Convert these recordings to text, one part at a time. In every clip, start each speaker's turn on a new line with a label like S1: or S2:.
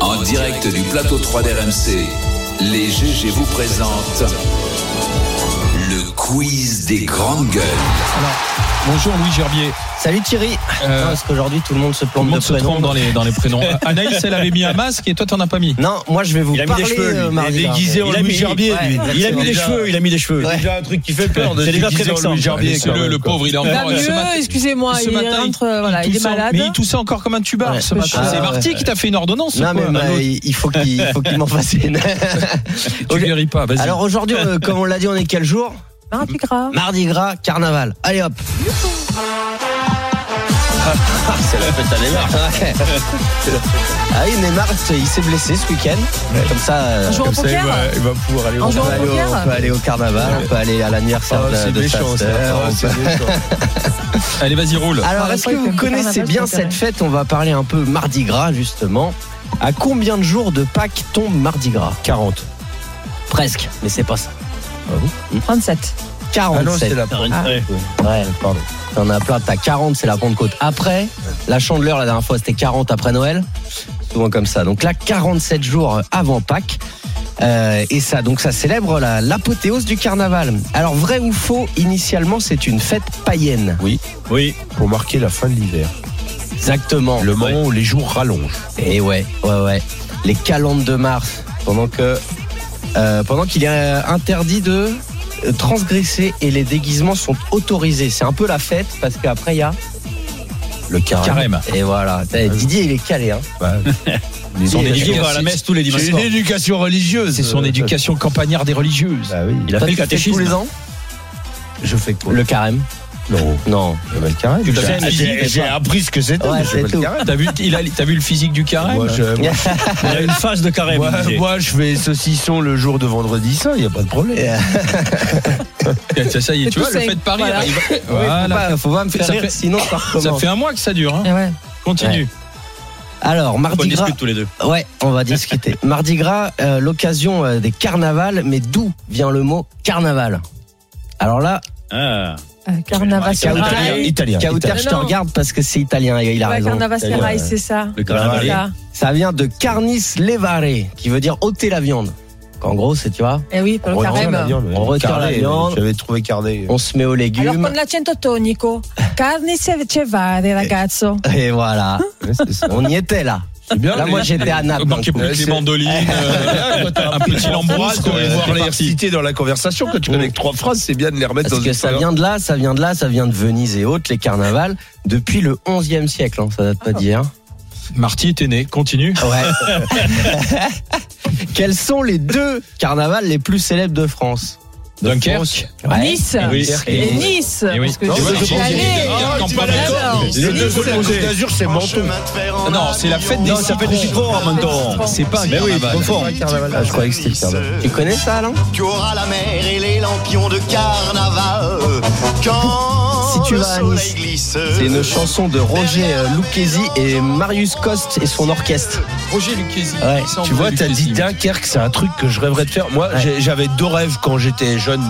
S1: En direct du plateau 3 d'RMC, les GG vous présentent le quiz des grandes gueules.
S2: Bonjour Louis Gerbier.
S3: Salut Thierry.
S2: Euh,
S3: Non, parce qu'aujourd'hui tout le monde se
S2: Tout
S3: plante
S2: le monde
S3: de
S2: se
S3: prénom.
S2: trompe dans les, dans les prénoms. Euh, Anaïs, elle avait mis un masque et toi, t'en as pas mis.
S3: Non, moi je vais vous
S4: Il a mis
S3: parler
S4: des cheveux, lui.
S3: euh, mardi,
S4: Il est
S3: là.
S4: déguisé en
S3: Il a
S4: Louis
S3: mis-
S4: Gerbier,
S3: ouais,
S4: lui. Il a mis des
S3: exactement.
S4: cheveux, il a mis des cheveux.
S3: Ouais.
S4: déjà un truc qui fait peur de
S2: C'est déjà
S4: déguiser
S2: très
S4: en Louis
S2: vexant.
S4: Gerbier.
S2: Laissez-le, le, pauvre, il est
S5: Il va
S2: encore.
S5: mieux,
S2: Euh, ce matin-
S5: excusez-moi,
S2: ce
S5: il,
S2: matin,
S5: est entre- euh, voilà,
S2: il
S5: il est
S2: toussait-
S5: malade.
S2: Mais il toussait encore comme un tubar
S3: Ouais.
S2: ce matin.
S3: Ah,
S2: c'est
S3: ouais.
S2: Marty qui t'a fait une ordonnance
S3: Non
S2: ou quoi
S3: mais bah,
S2: Un autre
S3: il il faut qu'il il faut qu'il m'en fasse une.
S2: Tu guéris pas, vas-y.
S3: Alors aujourd'hui, euh, comme on l'a dit, on est quel jour
S5: Hein, t'es gras.
S3: Mardi Gras, Carnaval. Allez hop.
S4: Ah, C'est la fête à Neymar.
S3: Ouais. Ah oui, Neymar, il s'est blessé ce week-end. Comme ça, euh,
S5: Un jour au
S4: Comme ça, il
S5: poker
S4: va- il va pouvoir aller
S5: Un
S4: au
S3: on,
S5: jour
S3: peut
S5: au
S3: aller au,
S5: poker
S3: on peut aller au Carnaval, on peut aller à l'anniversaire
S4: Ah,
S3: de,
S4: C'est
S3: de sa
S4: méchant, ça.
S3: sœur,
S4: Ah,
S3: on peut-
S4: c'est méchant.
S2: Allez, vas-y, roule.
S3: Alors,
S5: Ah,
S3: est-ce
S5: ouais,
S3: que vous
S5: le carnaval,
S3: connaissez bien
S5: c'est intéressant.
S3: cette fête On va parler un peu Mardi Gras, justement. À combien de jours de Pâques tombe Mardi Gras
S4: 40.
S3: Presque, mais c'est pas ça.
S5: 37.
S3: 47.
S4: Ah non, c'est la porte.
S3: Ah,
S4: Ouais.
S3: ouais, pardon. T'en as plein, t'as 40, c'est la Pentecôte. Après, la chandeleur, la dernière fois, c'était 40 après Noël. Souvent comme ça. Donc là, 47 jours avant Pâques. Euh, et ça, donc ça célèbre la- l'apothéose du carnaval. Alors, vrai ou faux, initialement, c'est une fête païenne. Oui.
S4: Oui. Pour marquer la fin de l'hiver.
S3: Exactement.
S4: Le moment où les jours rallongent.
S3: Et ouais, ouais, ouais. Les calendes de Mars, pendant que euh, pendant qu'il est euh, interdit de euh, transgresser et les déguisements sont autorisés. C'est un peu la fête parce qu'après il y a
S4: Le carême. Ah
S2: Carême.
S3: et voilà. T'as- Didier il est calé hein.
S4: Son éducation-
S2: Son éducation à la messe tous les dimanches.
S4: C'est une
S2: soirs.
S4: éducation religieuse.
S2: C'est son éducation campagnarde des religieuses.
S4: Bah oui.
S2: Il a
S3: Toi,
S2: fait le
S3: tu fais
S2: catéchisme.
S3: tous les ans
S4: Je fais quoi
S3: le carême.
S4: Non.
S3: Non.
S4: Eh ben, Le carême.
S2: Tu le
S4: J'ai-
S2: fais,
S4: J'ai j'ai appris ce que c'était.
S3: Ouais,
S4: mais je
S3: c'est
S4: fais le
S3: tout.
S4: carême.
S2: T'as vu, il a- t'as vu le physique du carême
S4: Moi, je- moi,
S5: Il a une phase de carême.
S4: Moi, moi, je fais saucisson le jour de vendredi saint, il n'y a pas de problème.
S2: Ça, ça y est, tu
S5: tout
S2: vois, le
S5: sec.
S2: fait de Paris.
S5: Voilà.
S2: il va-
S3: Oui,
S2: Voilà.
S3: faut, pas, faut pas me faire
S2: Ça
S3: rire,
S2: fait-
S3: sinon ça
S2: Ça
S3: recommence.
S2: fait un mois que ça dure. hein.
S5: Eh ouais.
S2: Continue.
S3: Alors
S2: On
S3: mardi gras.
S2: discute tous les deux.
S3: Ouais, on va discuter. mardi gras, euh, l'occasion euh, des carnavals, mais d'où vient le mot carnaval Alors là,
S2: Ah,
S5: Euh, Carnavaserai.
S3: Italien,
S4: italien.
S3: Kauter, je te
S5: Non.
S3: regarde parce que c'est italien, il a
S5: Ouais,
S3: raison. Euh,
S5: Carnavaserai, c'est ça.
S2: Le
S5: C'est ça.
S3: Ça vient de carnis levare, qui veut dire ôter la viande. En gros, c'est tu vois,
S5: Eh oui, pour le
S3: On
S5: carême.
S3: revient
S5: Alors
S3: On retire la viande.
S4: J'avais trouvé carnet.
S3: on se met aux légumes
S5: con l'accento tonico, carne se ce vale, ragazzo.
S3: et voilà.
S4: c'est ça.
S3: On y était là.
S4: C'est bien.
S3: Là, moi, j'étais à Naples.
S2: Manquait plus que les
S4: c'est-
S2: mandolines, euh, un petit lambroise euh,
S4: Pour
S2: pour
S4: les voir les citer dans la conversation, quand tu connais que trois phrases, c'est bien de les remettre
S3: Parce
S4: dans
S3: que
S4: une
S3: ça
S4: phrase.
S3: vient de là, ça vient de là, ça vient de Venise et autres, les carnavals, depuis le 11e siècle, hein, ça date pas d'hier.
S2: Marty était né, continue.
S3: Ouais. Quels sont les deux carnavals les plus célèbres de France De
S2: Dunkerque.
S3: France. Ouais.
S5: Nice.
S2: oui.
S5: Et
S3: Et-
S5: Nice.
S2: Eh oui.
S5: Parce que
S2: Non,
S5: tu
S2: mais
S5: sais,
S2: je pense
S5: j'y
S2: qu'il y a-
S5: allais.
S2: Ah,
S5: J'adore.
S2: tu vas là-dedans.
S4: Les deux autres, la Côte d'Azur, c'est menton.
S2: Non, c'est la fête des citrons.
S4: en même temps.
S2: C'est pas un carnaval.
S3: Ah, je croyais que c'était le carnaval. Tu connais ça, Alain
S6: Tu auras la mer et les lampions de carnaval. Quand
S3: Si tu
S6: le
S3: vas à
S6: soleil
S3: Nice,
S6: glisse,
S3: C'est une chanson de Roger euh, Lucchesi et Marius Coste et son orchestre.
S2: Roger Lucchesi.
S3: Ouais,
S2: Alexandre
S4: Tu vois, t'as
S2: Lucchesi.
S4: dit Dunkerque, c'est un truc que je rêverais de faire. Moi,
S3: Ouais.
S4: j'ai- j'avais deux rêves quand j'étais jeune.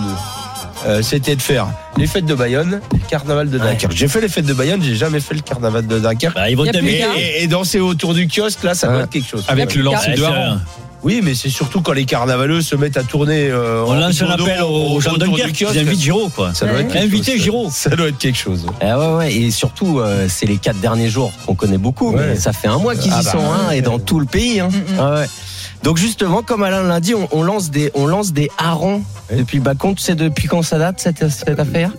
S4: Euh, C'était de faire les fêtes de Bayonne et le carnaval de Dunkerque. J'ai fait les fêtes de Bayonne, j'ai jamais fait le carnaval de Dunkerque.
S7: Bah, ils vont
S5: Y a plus
S7: t'aimer.
S5: qu'un.
S4: Et, et danser autour du kiosque, là, ça doit
S3: Ouais.
S4: être quelque chose.
S2: Avec le lancer
S7: Ouais,
S2: de
S7: c'est
S2: harangue.
S7: un-
S4: Oui, mais c'est surtout quand les carnavaleux se mettent à tourner. euh,
S7: On
S4: en
S7: lance un
S4: tournant
S7: appel aux gens
S4: autour
S7: de
S4: du
S7: Dunkerque
S4: kiosque.
S7: qui invitent Giraud, quoi.
S4: Ça doit être quelque
S7: Invitez
S4: chose, ça.
S7: Giraud.
S4: Ça doit être quelque chose.
S3: Ah ouais, ouais, et surtout, euh, c'est les quatre derniers jours qu'on connaît beaucoup, mais
S4: Ouais.
S3: ça fait un mois qu'ils
S4: Ah
S3: y
S4: bah,
S3: sont, hein, et dans tout le pays. hein.
S5: Mm, mm.
S3: Ah ouais. Donc justement, comme Alain l'a dit, on, on lance des, on lance des harengs
S4: Ouais.
S3: depuis Bacon. Tu sais depuis quand ça date, cette, cette affaire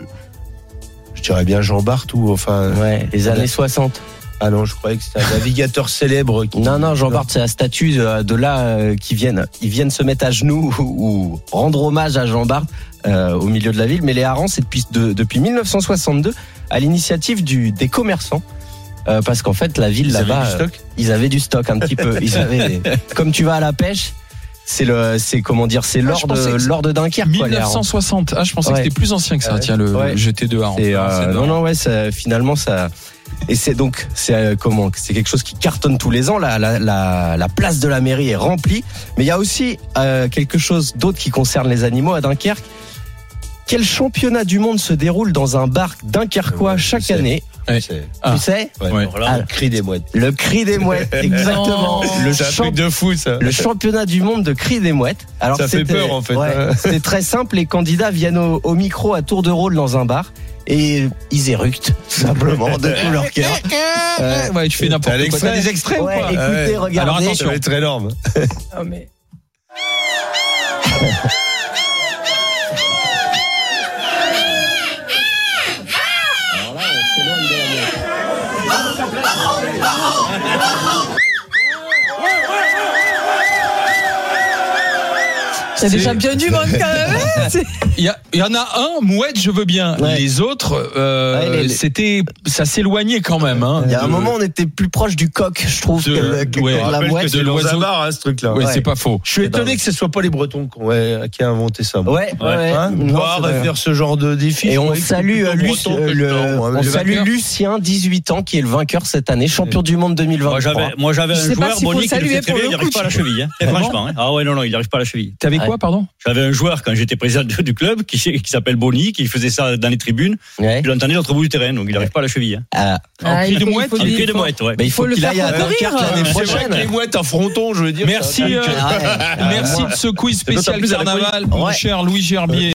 S4: Je dirais bien Jean Bart ou enfin.
S3: Ouais, les années 60.
S4: Ah non, je croyais que c'était un navigateur célèbre. Qui...
S3: Non, non, Jean-Bart, c'est la statue euh, de là euh, qui viennent. Ils viennent se mettre à genoux ou, ou rendre hommage à Jean-Bart euh, au milieu de la ville. Mais les harengs, c'est depuis, de- depuis 1962, à l'initiative du- des commerçants euh, parce qu'en fait, la ville
S4: Ils avaient
S3: là-bas,
S4: du
S3: euh,
S4: stock
S3: ils avaient du stock un petit peu. Ils avaient, comme tu vas à la pêche, c'est le, c'est comment dire, c'est
S2: Ah,
S3: l'or
S2: je pensais
S3: de
S2: que c'est-
S3: l'or de Dunkerque. quoi, les harengs.
S2: 1960. Ah, je pensais
S3: Ouais.
S2: que c'était plus ancien que ça.
S3: Ouais.
S2: Tiens, le,
S3: Ouais.
S2: le GT de Haran.
S3: C'est, euh,
S2: C'est
S3: non,
S2: énorme.
S3: non, ouais, ça, finalement, ça. Et c'est donc, c'est euh, comment C'est quelque chose qui cartonne tous les ans. La, la, la, la place de la mairie est remplie. Mais il y a aussi euh, quelque chose d'autre qui concerne les animaux à Dunkerque. Quel championnat du monde se déroule dans un bar dunkerquois
S4: Ouais, je
S3: chaque
S4: sais.
S3: année
S2: Ouais.
S4: C'est-
S2: Ah.
S3: Tu sais
S4: Ouais,
S2: Ouais.
S4: alors là,
S3: Ah.
S4: on crie des mouettes.
S3: Le cri des mouettes, exactement. Le,
S4: C'est un
S3: champ-
S4: truc de fou, ça.
S3: le championnat du monde de cri des mouettes. Alors
S4: Ça fait
S3: c'était-
S4: peur, en fait.
S3: ouais,
S4: Ouais.
S3: c'était très simple. Les candidats viennent au, au micro à tour de rôle dans un bar et ils éructent tout simplement de tout leur cœur. Euh,
S2: Ouais, tu fais n'importe quoi.
S4: T'as
S2: T'as des-
S4: des extrêmes,
S3: Ouais,
S4: quoi.
S3: écoutez,
S4: Ouais.
S3: regardez.
S4: Alors attention, ça va être énorme.
S5: Non, Ah, mais- C'est
S2: C'est-
S5: déjà bien du monde quand même. hein, C'est-
S2: Il y, a- il y en a un, mouette, je veux bien.
S3: Ouais.
S2: Les autres, euh,
S3: Ouais, les- les-
S2: c'était, ça s'éloignait quand même. Hein,
S3: Il y a un
S2: de-
S3: moment, on était plus proche du coq, je trouve,
S2: De-
S3: que, le- que
S2: ouais,
S3: de la
S4: rappelle
S3: mouette.
S4: que c'est
S2: l'oiseau.
S4: dans un bar, hein, ce truc-là.
S2: Ouais,
S3: Ouais.
S2: c'est pas faux. Bah
S4: Je suis étonné que ce soit pas les Bretons qui, ont- ouais, qui a inventé ça. moi.
S3: Ouais, ouais, ouais.
S4: Hein,
S3: Non,
S4: boire
S3: c'est vrai.
S4: et faire ce genre de défi.
S3: Et
S4: je
S3: on
S4: croyais que c'était
S3: salue,
S4: plutôt
S3: euh, Luc-
S4: breton que
S3: euh, le-
S4: breton,
S7: hein,
S4: moi,
S3: on
S4: mais-
S3: salue
S2: vainqueur.
S3: Lucien, 18 ans, qui est le vainqueur cette année, champion du monde
S7: Moi
S3: 2023.
S7: j'avais, moi j'avais
S5: Je
S7: un
S5: sais pas
S7: joueur,
S5: s'il faut
S7: Bonnie, qui le
S5: saluer
S7: fait très
S5: pour
S7: bien,
S5: le
S7: il n'arrive
S5: coup.
S7: pas à la cheville. hein. Et franchement, hein. ah ouais, non, non, il n'arrive pas à la cheville.
S2: T'avais
S3: Ouais.
S2: quoi, pardon
S7: J'avais un joueur, quand j'étais président de- du club, qui, qui s'appelle Bonnie, qui faisait ça dans les tribunes.
S3: Ouais.
S7: Je l'entendais de l'autre bout du terrain, donc il n'arrive pas à la cheville. hein.
S3: Ah,
S5: Ah, il
S2: de
S5: faut- il
S2: mouette,
S5: faut
S7: Un
S5: dire-
S7: pied de mouette, ouais.
S3: mais il faut
S5: faut le
S3: qu'il
S5: faire
S3: aille à
S5: concourir.
S3: Dunkerque l'année
S4: C'est vrai que les
S3: prochaine.
S4: mouettes en fronton, je veux dire.
S2: Merci,
S4: ça-
S2: euh,
S3: Ah ouais.
S2: merci de ce quiz
S4: d'autant
S2: spécial
S4: plus à la
S2: carnaval, mon
S3: Ouais.
S2: cher Louis Gerbier.